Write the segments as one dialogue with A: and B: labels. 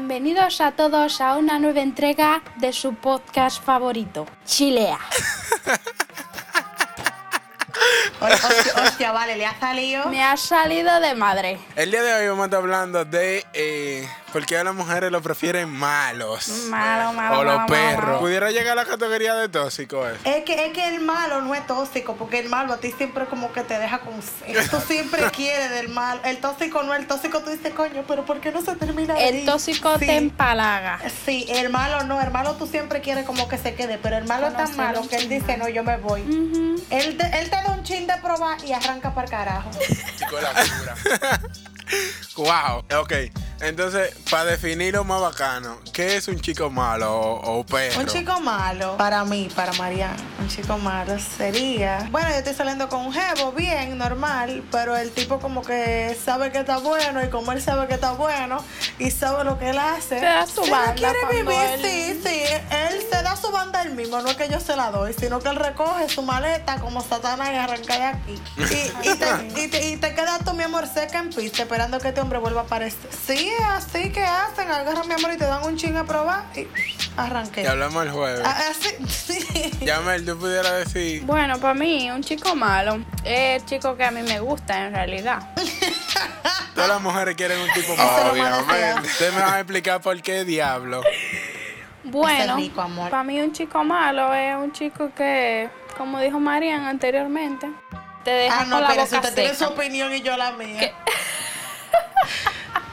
A: Bienvenidos a todos a una nueva entrega de su podcast favorito, Chilea.
B: Hostia, hostia, vale, le ha salido.
A: Me ha salido de madre.
C: El día de hoy vamos a estar hablando de eh, por qué a las mujeres lo prefieren malos.
A: Malo, malo,
C: o los
A: malo, malo,
C: perros.
A: malo.
C: Pudiera llegar a la categoría de tóxico eh. eso.
B: Es que, es que el malo no es tóxico, porque el malo a ti siempre como que te deja con... Tú siempre quieres del malo. El tóxico no, el tóxico tú dices, coño, pero ¿por qué no se termina de
A: El
B: ir?"
A: tóxico
B: Sí.
A: te empalaga.
B: Sí, el malo no, el malo tú siempre quieres como que se quede, pero el malo es tan
A: Conocer
B: malo
A: un
B: que él
A: chin
B: dice, no, yo me voy.
A: Ujú.
B: Él, te- él te da un chin de probar y arranca para el carajo.
C: wow. Ok. Entonces, para definirlo más bacano, ¿qué es un chico malo o, o perro?
B: Un chico malo, para mí, para Mariana, un chico malo sería. Bueno, yo estoy saliendo con un jevo, bien, normal, pero el tipo como que sabe que está bueno y como él sabe que está bueno y sabe lo que él hace.
A: Te da su
B: si no
A: banda
B: quiere
A: cuando
B: vivir,
A: él-
B: sí, sí. Él se da su banda él mismo, no es que yo se la doy, sino que él recoge su maleta como Satanás y arranca de aquí. Y, y te, y te- y te quedas tú, mi amor, seca en pista, esperando que este hombre vuelva a aparecer. Sí, es así que hacen, agarran mi amor y te dan un ching a probar y arranqué.
C: Y hablamos el jueves.
B: Ah, ah, sí, sí.
C: Yamel, tú pudieras decir.
A: Bueno, para mí, un chico malo es el chico que a mí me gusta en realidad.
C: Todas las mujeres quieren un tipo
B: Eso
C: malo.
B: es lo más deseado.
C: Usted me va a explicar por qué diablo.
A: Bueno,
B: Ese rico amor.
A: para mí un chico malo es un chico que, como dijo Marian anteriormente, te deja
B: Ah, no,
A: con la
B: pero
A: boca
B: si usted tiene su
A: seca.
B: opinión y yo la mía.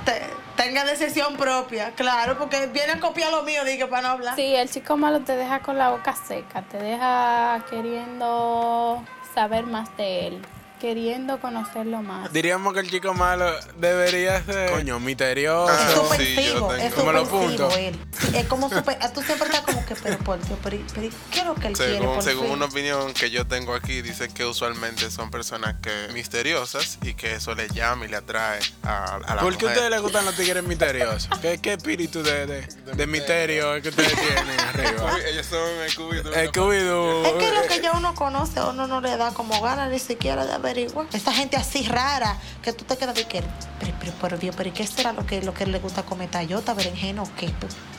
B: Te- tenga decisión propia, claro, porque viene a copiar lo mío, dije, para no hablar.
A: Sí, el chico malo te deja con la boca seca, te deja queriendo saber más de él, queriendo conocerlo más.
C: Diríamos que el chico malo debería ser. Coño, misterioso.
B: Es
D: Ah, sí,
B: supersivo,
D: yo tengo.
B: es
C: Como los
B: supersivo
C: puntos.
B: él. Sí, es como super, ah, tú siempre estás como que, pero por Dios, pero, pero ¿qué es lo que él quiere?
D: Según,
B: por
D: según
B: fin?
D: una opinión que yo tengo aquí, dicen que usualmente son personas que misteriosas y que eso le llama y le atrae a, a la
C: ¿Por qué a ustedes
D: mujer.
C: les gustan los tigres misteriosos? ¿Qué, qué espíritu de, de, de misterio es que ustedes tienen arriba?
D: Ellos son el cubito.
B: Es que lo
C: Scooby-Doo.
B: que ya uno conoce, a uno no le da como ganas ni siquiera de averiguar. Esa gente así rara, que tú te quedas de que, pero, pero, pero, Dios, pero ¿y qué será lo que, lo que le gusta comer? ¿Tallota, berenjena o qué?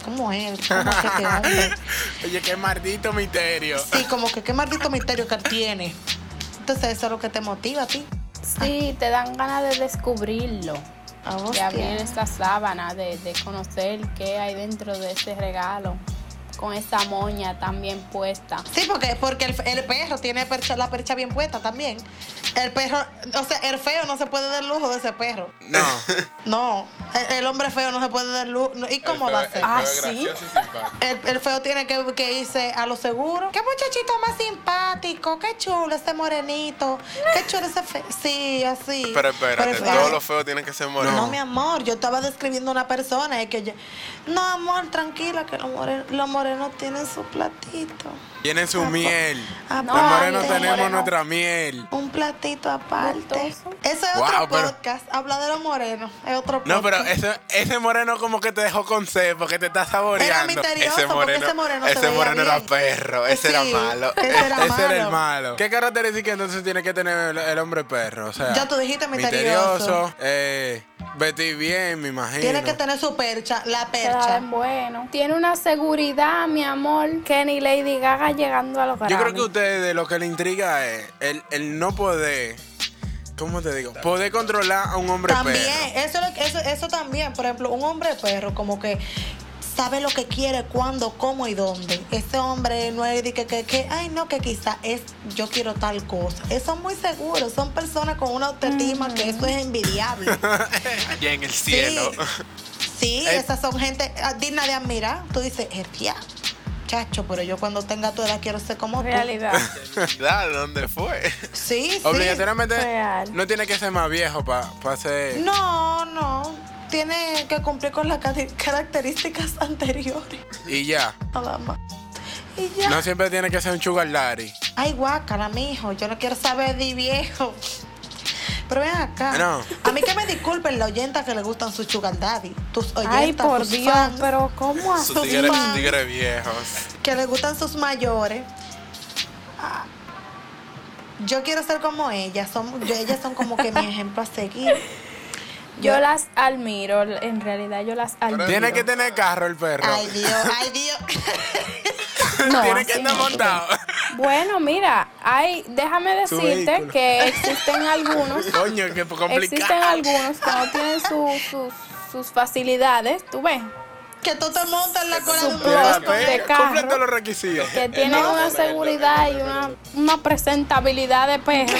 B: ¿Cómo es? ¿Cómo es que este hombre?
C: Oye, qué maldito misterio.
B: Sí, como que qué maldito misterio que él tiene. Entonces eso es lo que te motiva a ti.
A: Sí, te dan ganas de descubrirlo,
B: A vos,
A: de abrir esa sábana, de, de conocer qué hay dentro de ese regalo, con esa moña tan bien puesta.
B: Sí, porque, porque el, el perro tiene percha- la percha bien puesta también. El perro, o sea, el feo no se puede dar lujo de ese perro.
C: No.
B: No, el, el hombre feo no se puede dar lujo. no, ¿Y cómo va a ser?
A: Ah, sí.
B: El, el feo tiene que, que irse a lo seguro. Qué muchachito más simpático, qué chulo ese morenito, qué chulo ese feo. Sí, así.
D: Pero espérate,
B: Pero el-
D: todos los feos tienen que ser
B: No.
D: morenos.
B: mi amor, yo estaba describiendo una persona y que yo... No, amor, tranquila, que los morenos, los morenos tienen su platito.
C: Tienen su miel.
B: Aparte.
C: Los morenos
A: Ah, ay,
C: tenemos
A: moreno.
C: nuestra miel.
B: Un platito aparte.
A: Gustoso.
B: Eso es
C: Wow,
B: otro
C: pero-
B: podcast. Habla de los morenos. Es otro podcast.
C: No, pero ese, ese moreno como que te dejó con sed porque te está
B: Era
C: saboreando.
B: misterioso
D: Ese
B: porque
D: moreno-
B: ese moreno se
D: ese
B: veía
D: moreno era
B: bien.
D: perro, ese era
B: Sí,
D: malo.
B: Ese era malo.
C: Ese era el malo. ¿Qué características entonces tiene que tener el, el hombre perro? O sea,
B: Ya tú dijiste misterioso.
C: eh, vestir bien, me imagino.
B: Tiene que tener su percha, la
A: Te la
B: percha.
A: dan bueno. Tiene una seguridad, mi amor, que ni Lady Gaga llegando a los
C: Yo creo
A: Grammy.
C: que a ustedes de lo que le intriga es el, el no poder. ¿Cómo te digo? Poder controlar a un hombre
B: También,
C: perro.
B: eso, lo- eso, eso también, por ejemplo, un hombre perro como que sabe lo que quiere, cuándo, cómo y dónde. Ese hombre no es de que, que, que, ay no, que quizá es yo quiero tal cosa. Eso son muy seguros, son personas con una autoestima que eso es envidiable.
C: Allá en el
B: Sí, sí
C: Eh.
B: esas son gente ah, digna de admirar. Tú dices, "Efia, chacho, pero yo cuando tenga tu edad quiero ser como
A: Realidad.
D: Dale, ¿dónde fue?
B: tú. Sí, sí.
C: Obligatoriamente
A: Real.
C: no tiene que ser más viejo para ser.
B: No, no. Tiene que cumplir con las cate- características anteriores.
C: Y ya.
B: Nada más. Y ya.
C: No siempre tiene que ser un sugar daddy.
B: Ay, guácala, mijo. Yo no quiero saber de viejo. Pero ven
D: Ah,
B: acá.
C: No.
B: A mí que me disculpen la oyenta que le gustan sus sugar daddy. Tus oyentas,
A: Ay, por
B: tus
A: Dios,
B: fans,
A: pero ¿cómo así?
D: Sus tigres,
B: fans.
D: tigres viejos.
B: que le gustan sus mayores. Ah, Yo quiero ser como ellas. Son, yo- ellas son como que mi ejemplo a seguir.
A: Yo las admiro, en realidad yo las admiro.
C: Tiene que tener carro el perro.
B: Ay, Dios, ay, Dios.
A: No,
C: Tiene que
A: así
C: estar
A: no.
C: montado.
A: Bueno, mira, hay, déjame
C: Su
A: decirte
C: vehículo.
A: que existen algunos,
C: Coño, qué
A: existen
C: complicado.
A: algunos que no tienen su- sus- sus facilidades, tú ves,
B: que tú te montas en la cola de un
A: Supongo.
B: bus.
A: Los de carro.
C: Cumple todos los requisitos.
A: que tienen una seguridad y una, una presentabilidad de perro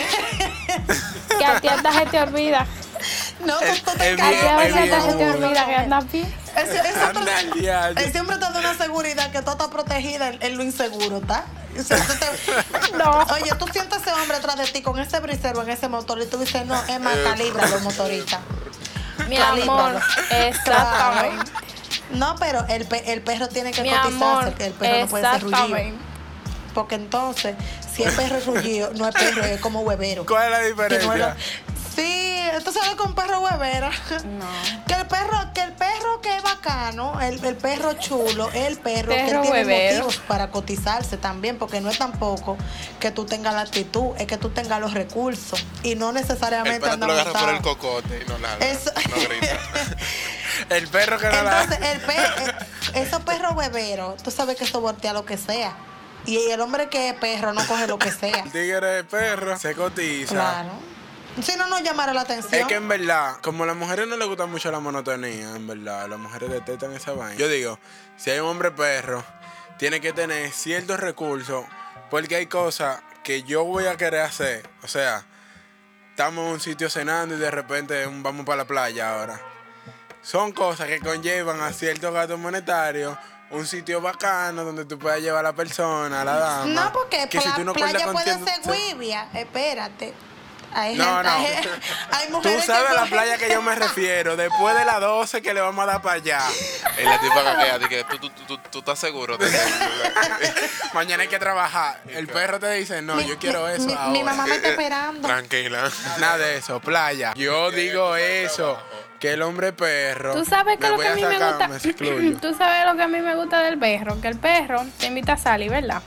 A: que a ti hasta se te olvida,
B: No, tú, tú te
C: El- el
A: a ti a
C: Ay,
A: veces
B: callas.
C: bien,
A: hasta se te
C: amor.
A: olvida que andas bien.
B: Ese, ese
C: Anda
B: hombre-
C: al diablo.
B: ese hombre te da una seguridad que tú estás protegida en, en lo inseguro, ¿está? O sea, tú te-
A: No.
B: Oye, tú sientes ese hombre atrás de ti con ese brisero en ese motor y tú dices, no, es
C: Eh,
B: más, los motoristas.
A: Mi amor, exactamente.
B: No, pero el, pe- el perro tiene que
A: Mi
B: cotizarse,
A: amor,
B: que el perro no puede ser rullido.
A: exactamente.
B: Porque entonces, si el perro es rullido, no es perro, es como huevero.
C: ¿Cuál es la
B: Que no es lo-
C: diferencia?
B: Sí, tú sabes que un perro huevera.
A: No.
B: Que el perro, que el perro que es bacano, el, el perro chulo, el perro,
A: Perro
B: que tiene
A: huevero.
B: motivos para cotizarse también, porque no es tampoco que tú tengas la actitud, es que tú tengas los recursos y no
D: El
B: necesariamente
D: pana te lo
B: andas
D: agarra por el
B: montado.
D: cocote y no la
B: Eso-
D: no grita.
C: El perro que no la.
B: Entonces, el perro, esos perros hueveros, tú sabes que eso voltea lo que sea. Y el hombre que es perro no coge lo que sea.
C: El tigre de perro se cotiza.
B: claro. Si no, no llamara la atención.
C: Es que en verdad, como a las mujeres no les gusta mucho la monotonía, en verdad, las mujeres detestan esa vaina. Yo digo, si hay un hombre perro, tiene que tener ciertos recursos, porque hay cosas que yo voy a querer hacer. O sea, estamos en un sitio cenando y de repente un- vamos para la playa ahora. Son cosas que conllevan a ciertos gastos monetarios. Un sitio bacano donde tú puedas llevar a la persona, a la dama.
B: No, porque
C: que si
B: la
C: tú no cuentas
B: playa
C: con
B: puede
C: tiempo-
B: ser guibia. Espérate. Hay,
C: No,
B: gente-
C: no.
B: hay, hay
C: Tú
B: mujeres
C: sabes
B: que
C: a la
B: cogen-
C: playa que yo me refiero. Después de las 12 que le vamos a dar para allá.
D: Y la tipa caquea, di que tú, tú, tú, tú, estás seguro. Tú estás seguro.
C: Mañana hay que trabajar. El perro te dice, no,
B: Mi-
C: yo quiero
B: mi-
C: eso
B: mi,
C: ahora.
B: mi mamá me está esperando.
D: Tranquila.
C: Nada de eso, playa. Yo digo eso. Que el hombre perro.
A: Tú sabes que
C: me
A: lo
C: voy
A: que a mí me
C: sacar,
A: gusta,
C: me excluyo.
A: tú sabes lo que a mí me gusta del perro, que el perro te invita a salir, ¿verdad?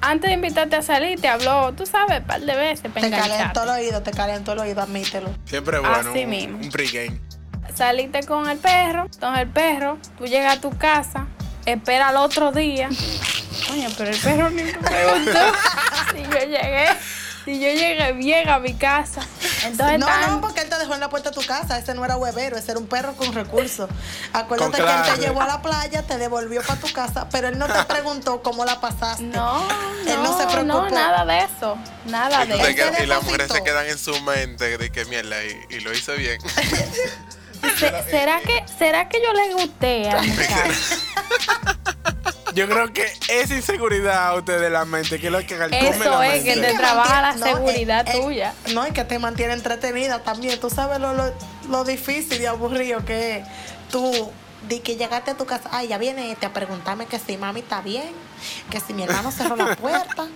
A: Antes de invitarte a salir, te habló, tú sabes, un par de veces, para
B: Te calentó
A: engancharte.
B: el oído, te calentó el oído, admítelo.
C: Siempre es bueno.
A: Así
C: un-
A: mismo.
C: Un pregame.
A: Saliste con el perro, entonces el perro, tú llegas a tu casa, espera al otro día. Coño, pero el perro ni me preguntó si yo llegué, si yo llegué bien a mi casa. Entonces
B: no,
A: tan-
B: no, porque él te dejó en la puerta de tu casa. Ese no era huevero, ese era un perro con recursos. Acuérdate
C: Con
B: que él
C: clase.
B: te llevó a la playa, te devolvió para tu casa, pero él no te preguntó cómo la pasaste.
A: no,
B: Él no se
A: no,
B: preocupó.
A: no, nada de eso, nada
D: Y,
A: de
D: tú
A: eso.
D: te
B: Él
D: quedas-
B: te
D: y las mujeres se
B: depositó.
D: quedan en su mente de que mierda y, y lo hice bien.
A: Se- ¿Será que, ¿Será que yo le gusté al muchacho?
C: Yo creo que esa inseguridad a ustedes de la mente, que es lo que carcome
A: Eso
C: la
A: es, que
C: mente.
A: te trabaja la
B: mantiene- no,
A: seguridad
B: eh, eh,
A: tuya.
B: no, y que te mantiene entretenida también. Tú sabes lo, lo, lo difícil y aburrido que es. Tú, de que llegaste a tu casa, ay, ya viene este a preguntarme que si mami está bien, que si mi hermano cerró la puerta.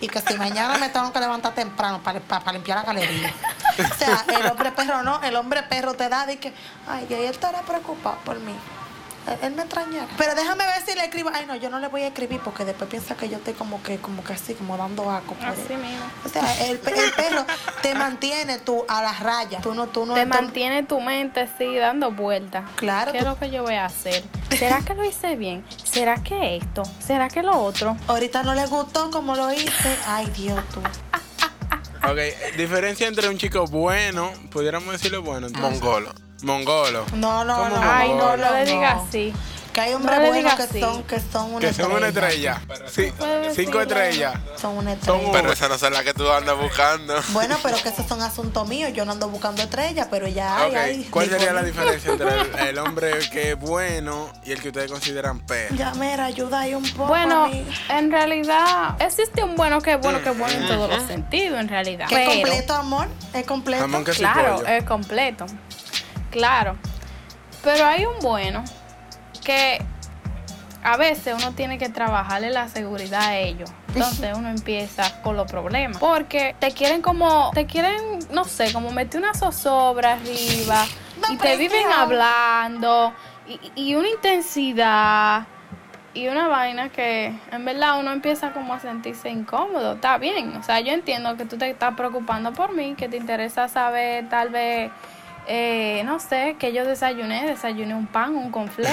B: Y que si mañana me tengo que levantar temprano para, para, limpiar la galería. O sea, el hombre perro no, el hombre perro te da de que, ay, y él estará preocupado por mí. Él- Él me extrañará. Pero déjame ver si le escribo. Ay, no, yo no le voy a escribir porque después piensa que yo estoy como que, como que así, como dando pues. aco. por él.
A: Así mismo.
B: O sea, el, pe- el perro te mantiene tú a las rayas. Tú no, tú no.
A: Te
B: tú-
A: mantiene tu mente así dando vueltas.
B: Claro,
A: ¿Qué
B: tú-
A: es lo que yo voy a hacer? ¿Será que lo hice bien? ¿Será que esto? ¿Será que lo otro?
B: Ahorita no le gustó como lo hice. Ay, Dios, tú.
C: Ok, eh, diferencia entre un chico bueno, pudiéramos decirlo bueno. entonces.
D: Mongolo.
C: Mongolo.
B: No, no,
C: ¿Cómo
B: no.
C: que
A: Ay, no,
C: no,
A: no le
B: no.
A: digas así.
B: Que hay hombres
A: No le
B: buenos que
A: digas así.
B: son, que son una
C: Que
B: estrella.
C: son una estrella. Sí,
A: Puedes
C: cinco
A: decirlo.
C: estrellas.
B: Son una
C: Son
B: estrella.
D: Pero esa no es la que tú andas buscando.
B: Bueno, pero que esos son asuntos míos. Yo no ando buscando estrellas, pero ya hay.
C: Ok,
B: hay.
C: ¿cuál sería la
B: Digo,
C: diferencia entre el, el hombre que es bueno y el que ustedes consideran perro?
B: Ya, mira, ayuda ahí un poco.
A: Bueno,
B: amiga.
A: en realidad existe un bueno que es bueno, que es bueno en todos los sentidos, en realidad.
B: Que es
A: Pero-
B: completo, amor. Es completo.
C: Jamón que sí
A: Claro,
C: pollo.
A: es completo. Claro. Pero hay un bueno que a veces uno tiene que trabajarle la seguridad a ellos. Entonces uno empieza con los problemas. Porque te quieren como, te quieren, no sé, como meter una zozobra arriba.
B: Una
A: y te viven
B: presión.
A: hablando. Y, y una intensidad. Y una vaina que en verdad uno empieza como a sentirse incómodo. Está bien. O sea, yo entiendo que tú te estás preocupando por mí, que te interesa saber tal vez eh, no sé, que yo desayuné, desayuné un pan, un conflé,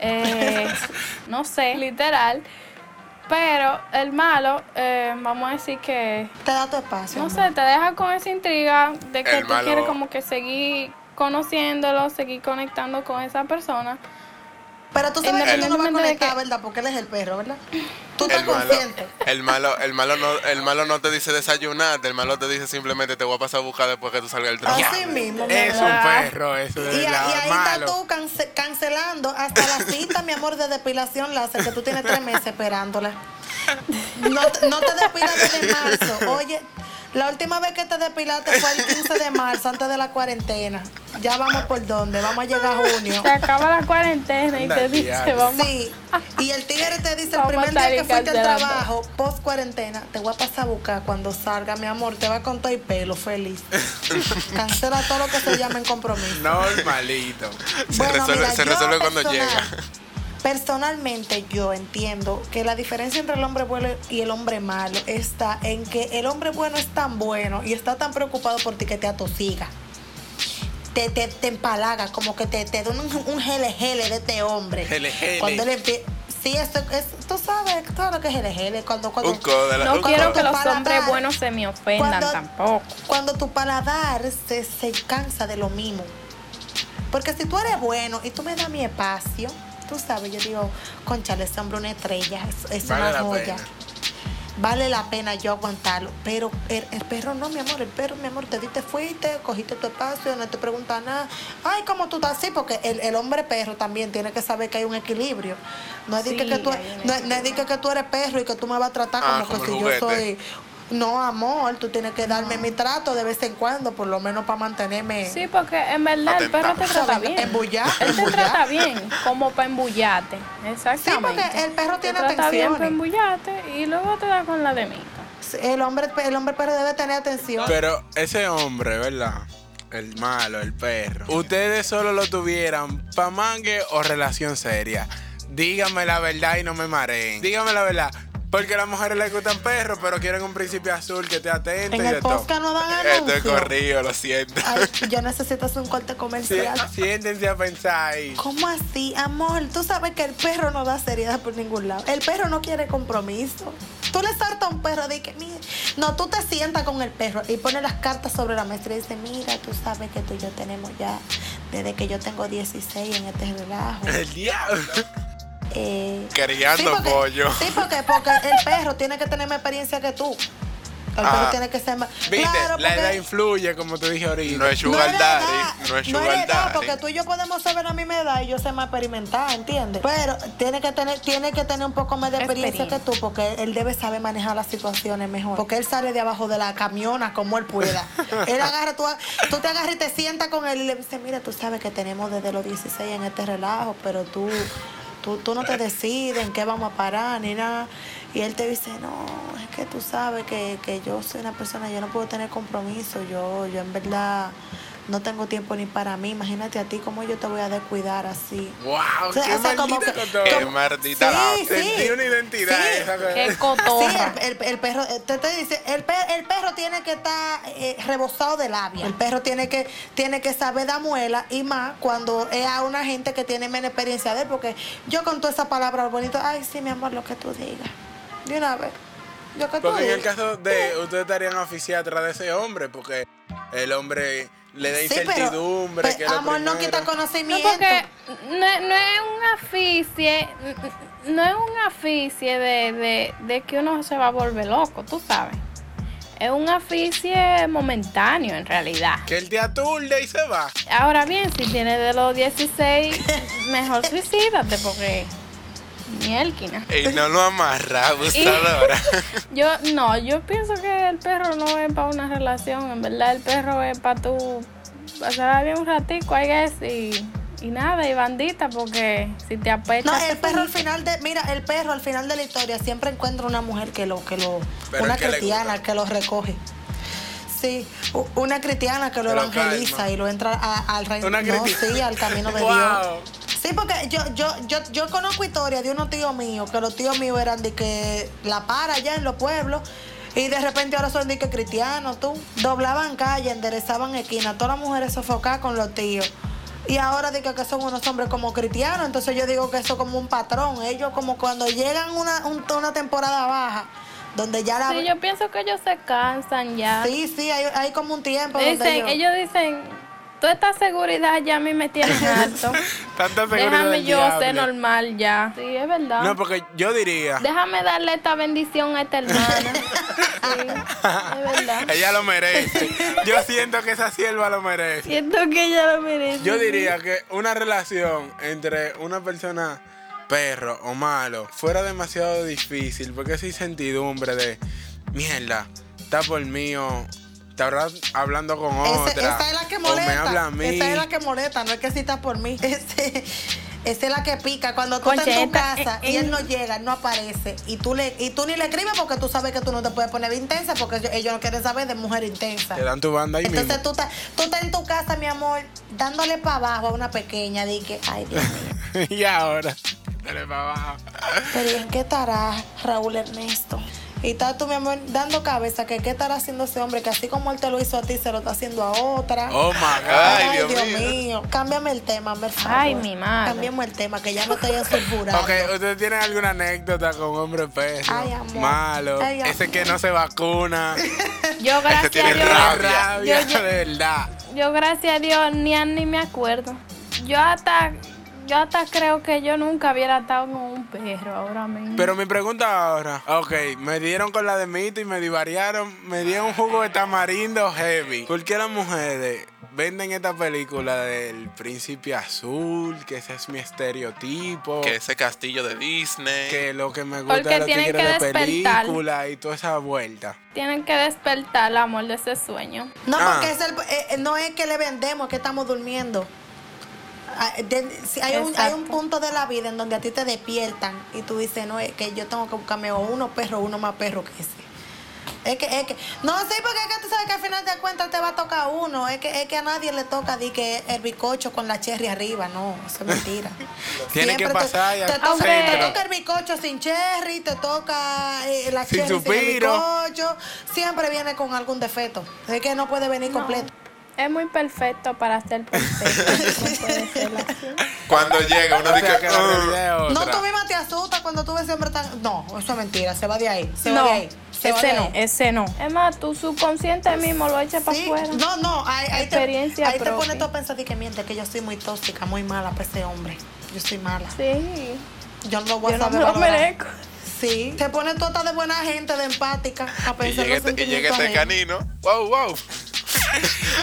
A: eh, no sé, literal. Pero el malo, eh, vamos a decir que,
B: Te da tu espacio.
A: no
B: amor.
A: sé, te deja con esa intriga de que
D: El
A: tú
D: malo-
A: quieres como que seguir conociéndolo, seguir conectando con esa persona.
B: Pero tú sabes que tú no vas a
A: Independientemente de
B: conectar,
A: que-
B: ¿verdad? Porque él es el perro, ¿verdad? Tú estás
D: El malo,
B: consciente.
D: el malo, el malo no, el malo no te dice desayunarte, el malo te dice simplemente te voy a pasar a buscar después que tú salgas del trabajo.
B: Así mismo, mi
C: Es
B: amor.
C: un perro, eso
B: Y,
C: de
B: a- y
C: verdad,
B: ahí
C: Eh, malo.
B: estás tú cance- cancelando hasta la cita, mi amor, de depilación láser que tú tienes tres meses esperándola. No, te- no te depilas desde marzo. Oye, la última vez que te depilaste fue el 15 de marzo, antes de la cuarentena. Ya vamos por dónde, vamos a llegar a junio.
A: Se acaba la cuarentena y
C: Anda,
A: te dice,
C: diablo.
A: vamos.
B: Sí, y el tigre te dice el
A: Vamos
B: primer
A: a estar
B: día que fuiste al
A: encarcelando.
B: trabajo, post cuarentena, te voy a pasar a buscar cuando salga, mi amor, te va con todo y pelo, feliz. Cancela todo lo que se llame en compromiso.
C: Normalito.
D: Se resuelve- se
B: yo
D: resuelve cuando llega.
B: Personalmente yo entiendo que la diferencia entre el hombre bueno y el hombre malo está en que el hombre bueno es tan bueno y está tan preocupado por ti que te atosiga. Te, te, te empalaga, como que te, te da un, un gele gele de este hombre.
C: Gele gele.
B: Cuando él empie- Sí, eso es- tú sabes, claro que es gele gele. Cuando, cuando,
D: Un codo,
A: No
D: un
A: quiero
D: codo.
A: que los
B: Para
A: hombres
B: dar-
A: buenos se me ofendan
B: Cuando-
A: tampoco.
B: cuando tu paladar se, se cansa de lo mismo. Porque si tú eres bueno y tú me das mi espacio, tú sabes, yo digo, conchale, ese hombre es una estrella, es, es
C: Vale
B: una
C: la
B: joya.
C: pena.
B: Vale la pena yo aguantarlo. Pero el, el perro no, mi amor, el perro, mi amor, te diste, fuiste, cogiste tu espacio, no te pregunta nada. Ay, ¿cómo tú estás así? Porque el, el hombre perro también tiene que saber que hay un equilibrio. No es de que-
A: Sí,
B: que, tú,
A: hay un
B: no es- no es de que- que tú eres perro y que tú me vas a tratar
D: Ah,
B: como, que
D: como
B: si
D: el
B: yo
D: juguete.
B: soy no, amor, tú tienes que darme mi trato de vez en cuando, por lo menos para mantenerme.
A: Sí, porque en verdad el perro te
B: Atentado.
A: trata bien.
B: Embullar,
A: Él te
B: embullar.
A: trata bien, como para embullarte. Exactamente.
B: Sí, porque el perro tiene
A: te trata bien
B: atenciones.
A: para embullarte y luego te da con la de mí.
B: El hombre, el hombre perro debe tener atención.
C: Pero ese hombre, ¿verdad? El malo, el perro. Ustedes solo lo tuvieran pa' mangue o relación seria. Díganme la verdad y no me mareen. Díganme la verdad. Porque a las mujeres les gustan perros, pero quieren un príncipe azul que te atente
B: en
C: y
B: el
C: de todo.
B: podcast no dan
D: Esto es
B: anuncios.
D: corrido, lo siento.
B: Ay, yo necesito hacer un corte
C: Sí,
B: comercial.
C: siéntense a pensar ahí.
B: ¿Cómo así, amor? Tú sabes que el perro no da seriedad por ningún lado. El perro no quiere compromiso. Tú le saltas a un perro de que, mire, no, tú te sientas con el perro y pones las cartas sobre la mesa y dices, mira, tú sabes que tú y yo tenemos ya, desde que yo tengo 16 en este relajo.
C: El diablo.
B: Eh,
D: Criando
B: porque-
D: pollo.
B: Sí, porque, porque el perro tiene que tener más experiencia que tú. El
D: Ah.
B: perro tiene que ser más.
C: Viste,
B: Claro,
C: la
B: porque-
C: edad influye, como te dije ahorita.
D: No es
B: no
D: sugar
B: es
D: daddy,
B: edad,
D: eh, no es eh.
B: no es
D: sugar
B: edad,
D: daddy.
B: porque tú y yo podemos saber a mi edad y yo sé más experimentada, ¿entiendes? Pero tiene que tener tiene que tener un poco más de experiencia,
A: Experiencia.
B: que tú porque él debe saber manejar las situaciones mejor. Porque él sale de abajo de la camiona como él pueda. él agarra, tú, tú te agarras y te sientas con él y le dices, mira, tú sabes que tenemos desde los 16 en este relajo, pero tú... Tú, tú no te decides en qué vamos a parar ni nada. Y él te dice, no, es que tú sabes que, que yo soy una persona, yo no puedo tener compromiso, yo, yo en verdad no tengo tiempo ni para mí. Imagínate a ti cómo yo te voy a descuidar así.
C: Wow,
B: O sea,
C: qué
B: o sea, como
C: maldita eh,
B: que-
C: cotorra.
D: Qué
B: como-
D: maldita la-
B: Sí,
C: Sentí
B: sí.
C: una identidad
B: Sí.
C: esa cosa.
A: Qué
B: Sí,
A: cotorra.
B: el, el- el perro, eh, te, te dice, el, pe- el perro tiene que estar eh, rebosado de labia. El perro tiene que, tiene que saber dar muela y más cuando es a una gente que tiene menos experiencia de él, porque yo con todas esas palabras bonitas, ay, sí, mi amor, lo que tú digas. De una vez, lo que tú
C: Porque en el
B: digas.
C: caso de ustedes estarían oficiados atrás de ese hombre, porque el hombre le da
B: Sí, pero-
C: incertidumbre.
B: pero
C: que es lo
B: amor no
C: primero.
B: quita
A: No,
B: conocimiento.
A: porque no, no es un aficie, no es un aficie de, de, de que uno se va a volver loco, tú sabes. Es un aficie momentáneo en realidad.
C: Que él te aturde y se va.
A: Ahora bien, si tienes de los 16, mejor suicídate porque mielquina.
D: Y no lo amarra, abusadora.
A: Yo no, yo pienso que el perro no es para una relación, en verdad el perro es para tú pasar bien un ratico, I guess, y, y nada, y bandita, porque si te pues, apesta...
B: No,
A: te
B: el perro al
A: fuiste.
B: final de, mira, el perro al final de la historia siempre encuentra una mujer que lo, que lo,
C: Pero
B: una
C: es que le
B: cristiana
C: gusta.
B: que lo recoge. Sí, u- una cristiana que lo
C: Que lo
B: evangeliza
C: calma.
B: y lo entra a- al reino,
C: Una
B: no,
C: cristiana.
B: sí, al camino de
C: Wow.
B: Dios. Sí, porque yo, yo, yo, yo conozco historias de unos tíos míos, que los tíos míos eran de que la para allá en los pueblos. Y de repente ahora son dique cristianos, tú. Doblaban calle, enderezaban esquina, todas las mujeres sofocadas con los tíos. Y ahora digo que son unos hombres como cristianos, entonces yo digo que eso es como un patrón. Ellos como cuando llegan una, un- una temporada baja, donde ya la...
A: Sí, yo pienso que ellos se cansan ya.
B: sí, sí, hay, hay como un tiempo donde
A: Dicen,
B: ellos-
A: ellos dicen, toda esta seguridad ya a mí me tienen alto.
C: Tanta seguridad
A: Déjame
C: del
A: yo ser
C: diablo.
A: normal ya. Sí, es verdad.
C: No, porque yo diría.
A: Déjame darle esta bendición a esta hermana. sí, es verdad.
C: Ella lo merece. Yo siento que esa sierva lo merece.
A: Siento que ella lo merece.
C: Yo diría que una relación entre una persona perro o malo fuera demasiado difícil porque esa incertidumbre de mierda, está por mí o te habrá hablando con
B: Ese-
C: otra.
B: esa es la que
C: o
B: molesta.
C: me habla a mí.
B: Esa es la que molesta, no es que cita por mí. Ese- esa es la que pica. Cuando tú estás
A: Concha,
B: en tu
A: esta-
B: casa
A: eh,
B: y él
A: eh.
B: no llega, él no aparece. Y tú, le, y tú ni le escribes porque tú sabes que tú no te puedes poner intensa porque ellos, ellos no quieren saber de mujer intensa.
C: Te dan tu banda ahí
B: Entonces
C: mismo.
B: tú estás, tú estás en tu casa, mi amor, dándole para abajo a una pequeña. Dije, ay, Dios mío.
C: y ahora, dale para abajo.
B: Pero ¿y en qué estará Raúl Ernesto? Y estás tú, mi amor, dando cabeza que qué estará haciendo ese hombre, que así como él te lo hizo a ti, se lo está haciendo a otra.
C: Oh my god.
B: Ah.
D: Ay, Dios mío.
B: Cámbiame el tema, por favor.
A: Ay, mi madre.
B: Cambiemos el tema, que ya me estoy sulfurando.
C: Ok, ¿usted tiene alguna anécdota con hombre perro?
B: Ay, amor.
C: Malo.
B: Ay, amor.
C: ese que no se vacuna.
A: Yo, gracias a
D: tiene
A: Dios.
C: La
D: Rabia.
C: rabia,
A: Yo- yo-
C: de verdad.
A: Yo, gracias a Dios, ni, a- ni me acuerdo. Yo hasta, yo hasta creo que yo nunca hubiera estado con un perro ahora mismo.
C: Pero mi pregunta ahora, ok, me dieron con la de mito y me divariaron, me dieron un jugo de tamarindo heavy. ¿Por qué las mujeres venden esta película del príncipe azul, que ese es mi estereotipo?
D: Que ese castillo de Disney.
C: Que lo que me gusta
A: Porque
C: de los
A: tienen
C: tigres
A: que
C: de
A: despertar.
C: película y toda esa vuelta.
A: Tienen que despertar el amor de ese sueño.
B: No,
C: Ah.
B: porque es el- eh, eh, no es que le vendemos, es que estamos durmiendo. Ah, de- si hay, un, hay un
A: Exacto.
B: punto de la vida en donde a ti te despiertan y tú dices, no, es que yo tengo que buscarme o uno perro, uno más perro que ese. Es que, es que, no, sí, porque es que tú sabes que al final de cuentas te va a tocar uno. Es que, es que a nadie le toca di que el bicocho con la cherry arriba. No, eso es mentira.
C: Tiene que
B: Siempre te-
C: pasar y
B: te,
C: al
B: toca, te
A: centro.
B: toca el bicocho sin cherry, te toca eh, la
C: Sin
B: cherry sin el
C: suspiro.
B: bicocho. Siempre viene con algún defecto. Es que no puede venir completo.
A: Es muy perfecto para ser perfecto. No puede ser así.
D: Cuando llega uno
C: O sea,
D: dice
C: que
D: que.
C: la realidad es
B: No,
C: otra.
B: tú misma te asustas cuando tú ves siempre tan... No, eso es mentira, se va de ahí. Se va de ahí. Se va de
E: ese no,
B: ahí.
E: ese no.
A: Es más, tu subconsciente mismo lo echa para
B: Sí,
A: afuera.
B: No, no, ahí, ahí te,
A: Experiencia
B: ahí te
A: propia.
B: pone todo a pensar de que miente, que yo soy muy tóxica, muy mala para ese hombre. Yo soy mala.
A: Sí.
B: Yo no lo voy
A: Yo
B: a
A: no
B: saber
A: me lo
B: valorar.
A: merezco.
B: Sí, te pone toda de buena gente, de empática, a
D: Y
B: pensar
D: llega,
B: los
D: este, y llega
B: sentimientos
D: este
B: ajenos.
D: canino. Wow, wow.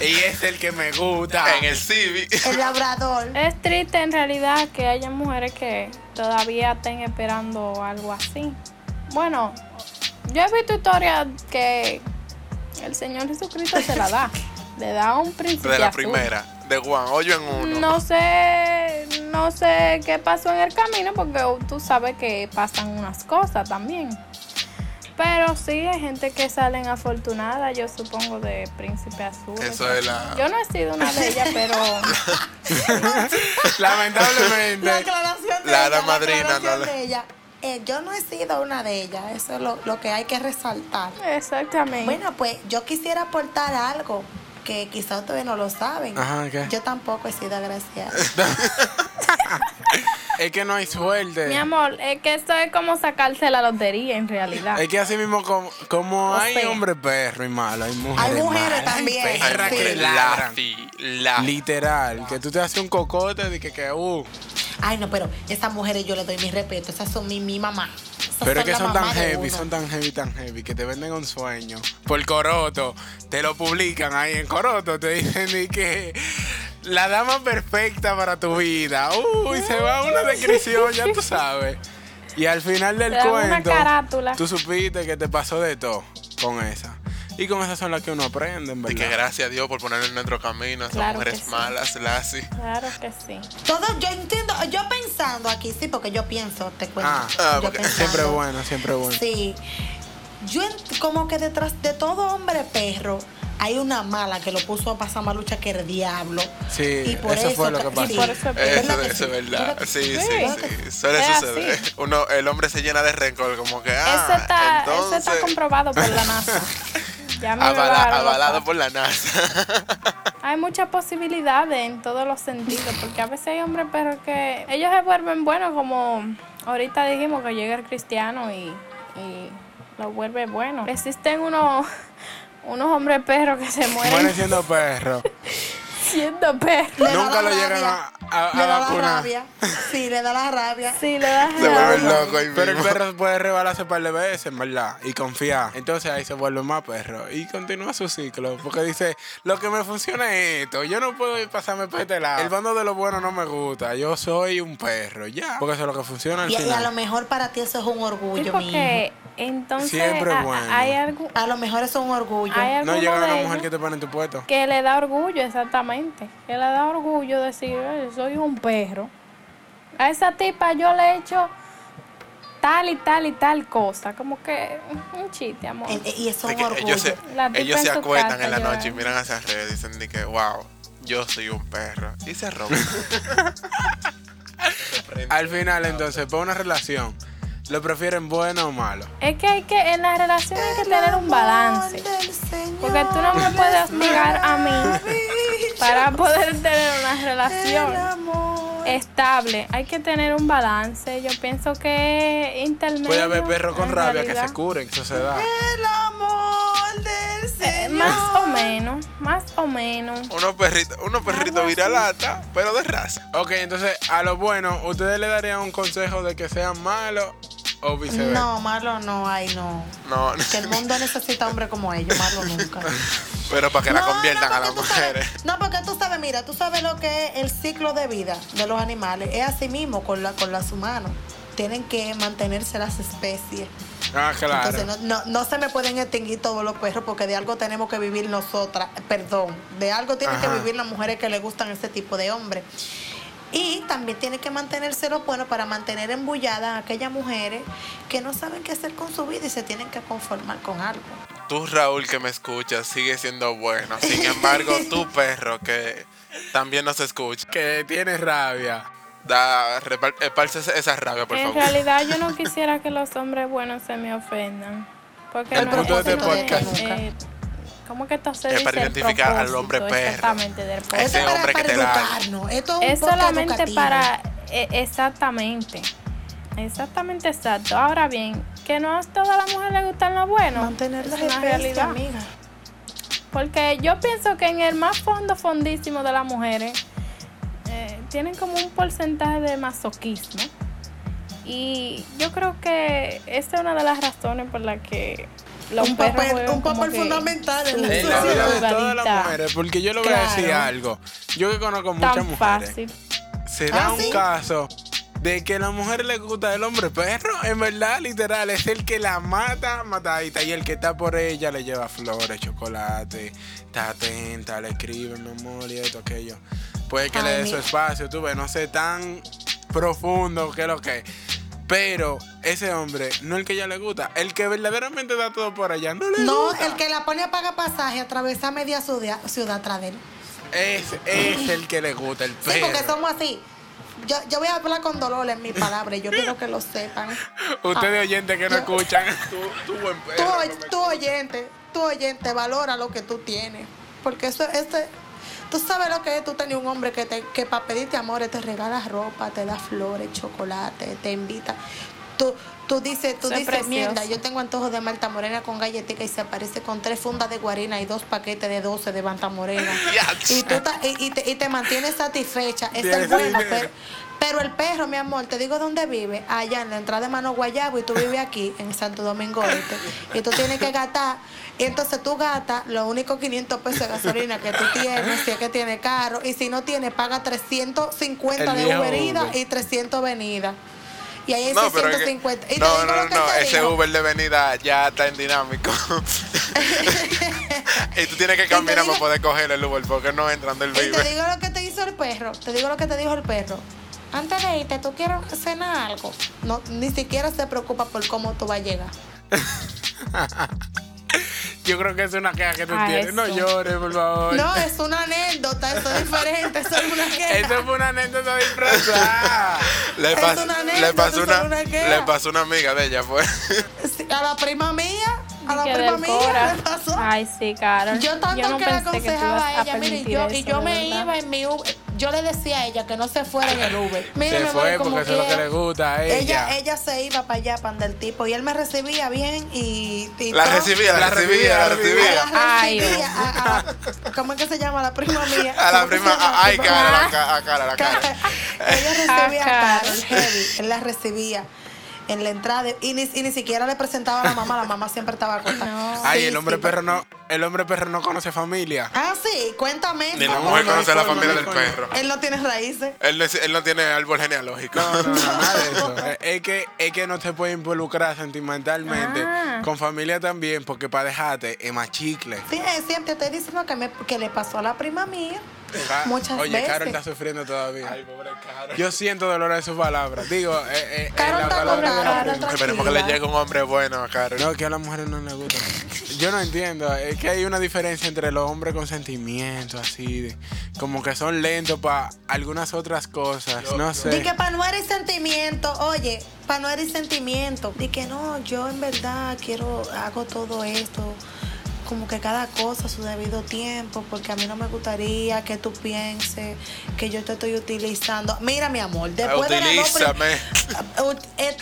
C: Y es el que me gusta.
D: En el Civi.
B: El labrador.
A: Es triste en realidad que haya mujeres que todavía estén esperando algo así. Bueno, yo he visto historias que el Señor Jesucristo se la da. Le da a un príncipe.
D: De la
A: azul.
D: primera. De Juan. Hoyo en uno.
A: No sé, no sé qué pasó en el camino porque tú sabes que pasan unas cosas también. Pero sí, hay gente que salen afortunada, yo supongo, de Príncipe Azul.
D: Eso es la.
A: Yo no he sido una de ellas, pero
B: La
C: Lamentablemente.
B: aclaración de
D: La- la
B: ella.
D: madrina, no
B: aclaración
D: la-
B: de ella. Eh, yo no he sido una de ellas, eso es lo, lo que hay que resaltar.
C: Eh.
A: exactamente.
B: Bueno, pues yo quisiera aportar algo que quizás ustedes no lo saben.
C: Ajá, ¿qué?
B: Yo tampoco he sido agraciada.
C: es que no hay suerte.
D: Eh.
A: Mi amor, es que esto es como sacarse la lotería en realidad.
C: Es que así mismo, como, como
A: Ah. O
C: hay
A: sea.
C: hombre perro y malo, hay mujeres.
B: mujeres
C: malas, hay
B: también,
C: perras
B: sí.
C: que
D: que
C: ladran.
D: la-
C: Literal, que tú te haces un cocote de que, que uh,
B: Ay, no, pero esas mujeres yo les doy mi respeto, esas son mi, mi mamá. Esas
C: pero es que
B: la
C: son tan
B: mamá de
C: heavy,
B: uno.
C: son tan heavy, tan heavy, que te venden un sueño por Coroto, te lo publican ahí en Coroto, te dicen y que la dama perfecta para tu vida, uy, se va una descripción, ya tú sabes. Y al final del
A: Te dan una
C: cuento,
A: carátula.
C: tú supiste que te pasó de todo con esa. Y con esas son las que uno aprende, en
D: Y
C: ¿verdad?
D: que gracias a Dios por poner en nuestro camino a esas
A: Claro que
D: mujeres
A: sí.
D: malas, Lassie.
A: Claro que sí.
B: Todo, yo entiendo, yo pensando aquí, sí, porque yo pienso, te cuento.
C: Ah,
D: ah,
B: Yo
D: porque
B: pensando.
C: Siempre bueno, siempre bueno.
B: Sí. Yo ent- como que detrás de todo hombre perro hay una mala que lo puso a pasar más lucha que el diablo.
C: Sí,
B: Y por
C: eso fue lo que
B: ca-
C: pasó.
B: sí, eh,
A: por eso-
D: Eso,
B: ¿Verdad que
D: eso es
B: sí?
D: verdad.
B: ¿Verdad que
D: Sí,
B: sí?
D: sí,
A: ¿Verdad
D: sí. Suele
A: Es
D: suceder.
A: así.
D: Uno, el hombre se llena de rencor, como que, ah,
A: ese, está, ese
D: entonces,
A: está comprobado por la NASA. Ya me lo
D: avala-
A: evaluaron.
D: avalado por la NASA.
A: Hay muchas posibilidades en todos los sentidos, porque a veces hay hombres perros que ellos se vuelven buenos, como ahorita dijimos que llega el cristiano y, y lo vuelve bueno. Existen unos, unos hombres perros que se
C: Mueren
A: mueren
C: siendo perros.
A: siendo perros.
B: Le da
C: Nunca
B: la
C: lo llegan
B: rabia,
C: a- a- a
B: le da la
C: vacunar.
B: rabia. Sí, le da la rabia.
A: Sí, le das
D: Se vuelve
A: rabia.
D: loco ahí
C: Pero el
D: mismo.
C: perro puede rebalarse un par de veces, en verdad, y confía. Entonces ahí se vuelve más perro y continúa su ciclo. Porque dice, lo que me funciona es esto. Yo no puedo pasarme por este lado. El bando de los buenos no me gusta. Yo soy un perro, ya. Porque eso es lo que funciona al
B: Y, y a lo
C: final.
B: mejor para ti eso es un
A: Sí,
B: orgullo, mi hijo.
A: porque entonces
C: Siempre
A: a- a-
C: bueno.
A: hay algo
B: A lo mejor eso es un orgullo.
A: hay
C: No
A: alguno
C: llega
A: de
C: una
A: ellos
C: mujer que te pone en tu puesto.
A: que le da orgullo, exactamente. Que le da orgullo decir, "Ay, soy un perro. A esa tipa yo le he hecho tal y tal y tal cosa. Como que un chiste, amor.
B: Eh, eh, Y eso
D: De
B: es
D: que
B: un orgullo.
D: ellos se,
A: La tipa
D: ellos se
A: en su
D: acuestan
A: casa
D: en la noche y
A: llorando.
D: miran hacia arriba y dicen de que, wow, yo soy un perro. Y se rompen.
C: Al final, entonces, para una relación, ¿lo prefieren bueno o malo?
A: Es que hay que, en la relación hay que tener un balance. Porque tú no me puedes obligar a mí para poder tener una relación estable. Hay que tener un balance. Yo pienso que es intermedio.
C: Puede haber perros con
A: en
C: rabia que
A: realidad.
C: se curen, eso se da.
B: El amor del
A: Eh,
B: Señor.
A: Más o menos, más o menos.
D: unos perritos unos perritos
A: Algo así.
D: viralata, pero de raza.
C: Ok, entonces, a lo bueno, ¿ustedes le darían un consejo de que sean malos o viceversa?
B: No, malo no, ay no.
D: No,
B: Que el mundo necesita hombres como ellos, malo nunca.
D: pero para que la
B: No,
D: conviertan
B: no,
D: a las
B: porque tú sabes-
D: mujeres.
B: no, porque tú sabes, mira, tú sabes lo que es el ciclo de vida de los animales. Es así mismo con, la, con los humanos. Tienen que mantenerse las especies.
C: Ah, claro.
B: Entonces no, no, no se me pueden extinguir todos los perros porque de algo tenemos que vivir nosotras. Perdón, de algo tienen
C: Ajá.
B: que vivir las mujeres que les gustan ese tipo de hombres. Y también tiene que mantenerse lo bueno para mantener embulladas a aquellas mujeres que no saben qué hacer con su vida y se tienen que conformar con algo.
D: Tú, Raúl, que me escuchas, sigue siendo bueno. Sin embargo, tu perro, que también nos escucha,
C: Que tiene rabia.
D: da, repar- esparce esa- esa rabia, por
A: en
D: favor.
A: realidad yo no quisiera que los hombres buenos se me ofendan. Porque
C: El
A: no
C: punto de
A: es
C: este
A: como que,
C: podcast.
A: eh, ¿Cómo que esto se
D: Es
A: dice?
D: para
A: El
D: identificar al
A: propósito,
D: hombre perro.
A: Exactamente, del
D: Ese
B: Esto
A: podcast.
B: es para,
D: Este hombre que
B: para
D: te la haga.
B: educarnos. Esto es un
A: Es
B: podcast
A: solamente
B: educativo.
A: para... e- exactamente. Exactamente exacto. Ahora bien, que no a todas las mujeres les gustan los buenos.
B: mantener
A: es
B: las
A: una
B: especies, amiga.
A: Porque yo pienso que en el más fondo, fondísimo de las mujeres, eh, tienen como un porcentaje de masoquismo. Y yo creo que esa es una de las razones por la que los
B: Un
A: perros
B: papel-
A: juegan
B: un
A: como
B: papel
A: que
B: fundamental en la
A: su-
C: Es
B: Sí,
C: la
B: sí,
C: vida de
B: sí.
C: todas las
A: jugadita
C: mujeres. Porque yo le voy a decir
B: Claro.
C: algo. Yo que conozco muchas
A: Tan
C: mujeres.
A: fácil.
C: Se da
B: Ah,
C: un
B: ¿sí?
C: caso de que a la mujer le gusta el hombre perro. En verdad, literal, es el que la mata, matadita. Y el que está por ella le lleva flores, chocolate, está atenta, le escribe, mi amor, y esto, aquello. Puede que le
B: Ay,
C: dé su
B: mira.
C: espacio, tú ves, no sé tan profundo que lo que es. Pero ese hombre, no el que ella le gusta, el que verdaderamente da todo por allá, no le
B: No,
C: gusta.
B: el que la pone a pagar pasaje, atravesar media ciudad, ciudad tras de él.
C: Es, es el que le gusta el
B: Sí,
C: perro.
B: porque somos así. Yo, yo voy a hablar con dolor en mis palabras, yo quiero que lo sepan.
C: Ustedes oyentes que
B: yo-
C: no escuchan.
D: Tú, tú buen
B: Tú,
D: perro.
B: oy- tú oyente, tú oyente, valora lo que tú tienes. Porque eso, este, tú sabes lo que es tú tener un hombre que, te, que para pedirte amores te regala ropa, te da flores, chocolate, te invita. Tú, tú dices, tú
A: Eso es
B: dices,
A: precioso.
B: mierda, yo tengo antojos de Malta Morena con galletica y se aparece con tres fundas de guarina y dos paquetes de 12 de Malta Morena. y, tú ta- y, y te, y te mantienes satisfecha. Es
C: Tienes
B: el bueno,
C: dinero.
B: pero, pero el perro, mi amor, te digo dónde vive. Allá en la entrada de Mano Guayabo y tú vives aquí, en Santo Domingo Oeste. Y tú tienes que gastar. Y entonces tú gastas los únicos 500 pesos de gasolina que tú tienes, si es que tienes carro. Y si no tienes, paga 350
C: El
B: de
C: viejo
B: Uber ida
C: Uber.
B: y 300 venida. Y ahí hay
D: No, pero es que-
B: 650. Y te
D: no,
B: digo
D: no,
B: lo que
D: no,
B: te
D: ese
B: digo.
D: Uber de venida ya está en dinámico. y tú tienes que caminar
B: digo-
D: para poder coger el Uber porque no entran del
B: Y te
D: Vive.
B: digo lo que te hizo el perro, te digo lo que te dijo el perro. Antes de irte, tú quieres cenar algo. No, ni siquiera se preocupa por cómo tú vas a llegar.
C: Yo creo que es una queja que tú
A: Ah,
C: tienes. No
A: eso.
C: llores, por favor.
B: No, es una anécdota, eso es diferente, eso es una queja.
C: Eso fue una anécdota disfrazada.
D: Le,
B: Es
D: pas-
B: una
D: le
B: anécdota, eso
D: pasó una,
B: es una queja.
D: le pasó una amiga de ella, pues. fue.
B: Sí, A la prima mía, a la
A: Que
B: prima
A: del
B: mía
A: Cora.
B: le pasó.
A: Ay, sí, Carol.
B: Yo tanto
A: no
B: que le
A: pensé tú ibas
B: aconsejaba a ella, mire, y
A: permitir
B: yo, y
A: eso,
B: yo
A: de
B: me
A: verdad.
B: iba en mi Uber, yo le decía a ella que no se fuera en el Uber. Mire,
C: Se
B: mi amor,
C: fue
B: como
C: porque eso es lo que
B: quiera.
C: le gusta a ella.
B: Ella, ella se iba para allá, para del tipo, y él me recibía bien y... y
D: La
B: todo.
D: recibía, la,
C: La
D: recibía,
C: recibía,
D: la recibía.
B: A la
A: Ay,
B: recibía, a- a la- ¿Cómo es que se llama? A la prima mía.
D: A la
B: ¿Cómo que se
D: prima,
B: llama?
D: a- ay,
B: Prima-
D: cara, la ca- a cara, la cara.
B: ella recibía
A: Ah,
B: a
A: Carol.
B: Carol Heavy, él la recibía en la entrada y ni, y ni siquiera le presentaba a la mamá, la mamá siempre estaba acostada.
A: No.
C: Ay,
B: Sí,
C: el hombre
B: sí.
C: perro no, el hombre perro no conoce familia.
B: Ah, sí, cuéntame.
D: Ni la
B: ¿cómo?
D: mujer conoce a la
C: no hay
D: familia del
C: forma, no hay
D: perro.
B: Él no tiene raíces.
D: Él no, es- él no tiene árbol genealógico.
C: No, no, no, nada de eso. Eh, Es que, es que no te puede involucrar sentimentalmente
A: Ah.
C: con familia también, porque para dejarte es más chicle.
B: Sí, eh, siempre estoy diciendo que, me, que le pasó a la prima mía.
C: Ca-
B: Muchas
C: Oye,
B: veces.
C: Carol está sufriendo todavía.
D: pobre cara.
C: Yo siento dolor en sus palabras. Digo, eh, eh,
B: Carol
C: en la
B: está
C: palabra
A: con
C: de la
A: Carol,
C: prima.
D: Esperemos que le llegue un hombre bueno a Carol.
C: No, que a las mujeres no les gusta. Yo no entiendo. Es que hay una diferencia entre los hombres con sentimientos, así, de- como que son lentos para algunas otras cosas. no sé.
B: Di que para no eres sentimiento, oye, para no eres sentimiento. Di que no, yo en verdad quiero, hago todo esto, como que cada cosa a su debido tiempo, porque a mí no me gustaría que tú pienses que yo te estoy utilizando. Mira, mi amor, después de
D: Utilízame.
B: la no prim- ut- eh,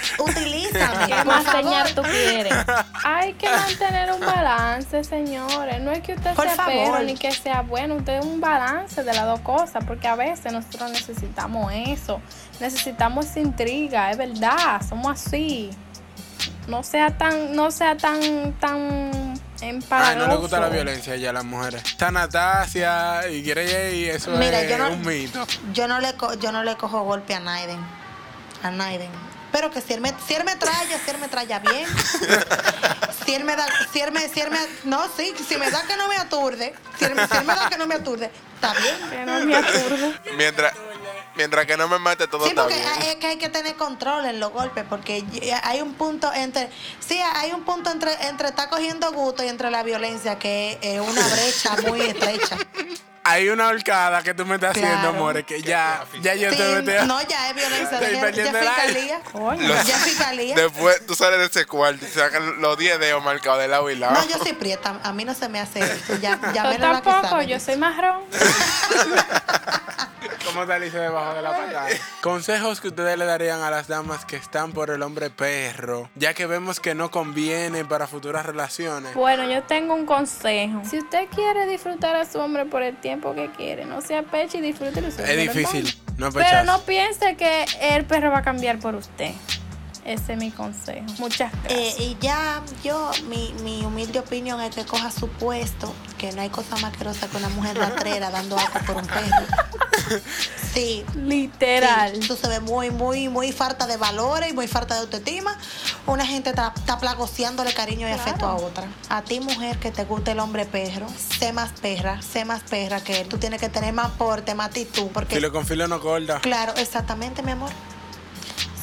B: Utilízame.
A: ¿Qué
B: por
A: más
B: favor.
A: señal tú quieres? Hay que mantener un balance, señores. No es que usted
B: Por
A: sea
B: favor.
A: perro ni que sea bueno. Usted es un balance de las dos cosas. Porque a veces nosotros necesitamos eso. Necesitamos esa intriga, es verdad. Somos así. No sea tan, no sea tan, tan
C: Ah,
A: empalagoso.
C: no le gusta la violencia ya a las mujeres. Está Natasia y Grey y eso
B: Mira,
C: es
B: yo no-
C: un mito.
B: Yo no le co- yo no le cojo golpe a Naiden. A Naiden. Pero que si él me, si él me traya, si él me traya bien. Si él me da, si él me, si él me, no, sí, si me da que no me aturde, si él, si él me da que no me aturde, está bien.
A: Que no me aturde.
D: Mientras, mientras que no me mate, todo
B: Sí,
D: está
B: porque eh,
D: bien.
B: hay- es que hay que tener control en los golpes, porque ya hay un punto entre, sí, hay un punto entre, entre estar cogiendo gusto y entre la violencia, que es una brecha muy estrecha.
C: Hay una horcada que tú me estás
B: Claro.
C: haciendo, amores, que ya, ya yo
B: Sí,
C: te metí.
B: no, ya es violencia, ya,
C: Estoy
B: ya es
C: perdiendo el aire.
B: fiscalía.
A: Coño.
D: Los-
B: eh, Ya es fiscalía.
D: Después tú sales de ese cuarto y sacan los 10 dedos marcados de lado y lado.
B: No, yo soy prieta, a mí no se me hace eso. Ya, ya
A: Yo
B: me la que
A: tampoco,
B: sabe.
A: yo soy marrón.
C: ¿Cómo te dice debajo de la pantalla? Consejos que ustedes le darían a las damas que están por el hombre perro, ya que vemos que no conviene para futuras relaciones.
A: Bueno, yo tengo un consejo. Si usted quiere disfrutar a su hombre por el tiempo que quiere, no se apeche y disfrute de su
C: Es
A: hombre,
C: difícil,
A: hermano.
C: no
A: Pero
C: apecharse.
A: no piense que el perro va a cambiar por usted. Ese es mi consejo. Muchas gracias.
B: Eh, y ya yo, mi, mi humilde opinión es que coja su puesto, que no hay cosa más asquerosa que una mujer ratrera dando agua por un perro. Sí.
A: Literal.
B: Sí, tú se ve muy, muy, muy falta de valores y muy falta de autoestima. Una gente está, está plagociándole cariño y
A: Claro.
B: afecto a otra. A ti, mujer, que te guste el hombre perro, sé más perra, sé más perra que él. Tú tienes que tener más porte, más actitud, porque
C: Filo con filo no corta.
B: Claro, exactamente, mi amor.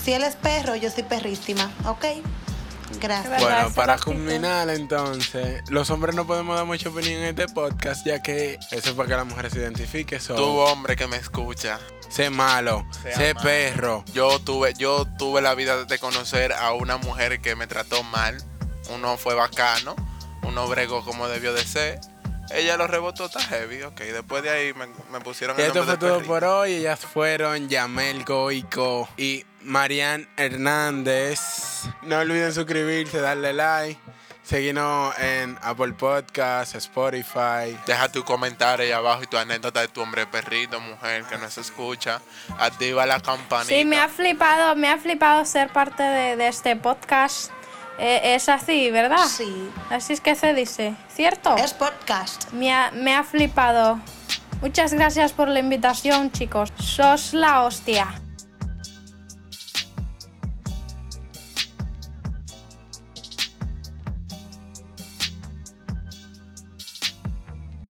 B: Si él es perro, yo soy perrísima, ¿ok?
A: Claro.
B: Gracias.
A: ¿Verdad?
C: Bueno,
A: Esa
C: para
A: actitud.
C: culminar entonces, los hombres no podemos dar mucha opinión en este podcast, ya que eso es para que las mujeres se identifiquen. so,
D: Tu hombre que me escucha.
C: sé malo,
D: Sea
C: sé
D: malo.
C: perro.
D: Yo tuve, yo tuve la vida de conocer a una mujer que me trató mal. Uno fue bacano, uno bregó como debió de ser. Ella lo rebotó, está heavy, ok. Después de ahí me, me pusieron
C: Y
D: el
C: esto
D: nombre
C: fue
D: de
C: todo
D: perrito.
C: por hoy. Ellas fueron Yamel Goico y Marian Hernández. No olviden suscribirse, darle like. Seguirnos en Apple Podcasts, Spotify.
D: Deja tu comentario ahí abajo y tu anécdota de tu hombre perrito, mujer que nos escucha. Activa la campanita.
A: Sí, me ha flipado, me ha flipado ser parte de, de este podcast. Eh, es así, ¿verdad?
B: Ah, Sí.
A: Así es que se dice, ¿cierto?
B: Es podcast.
A: Me ha, me ha flipado. Muchas gracias por la invitación, chicos. Sos la hostia.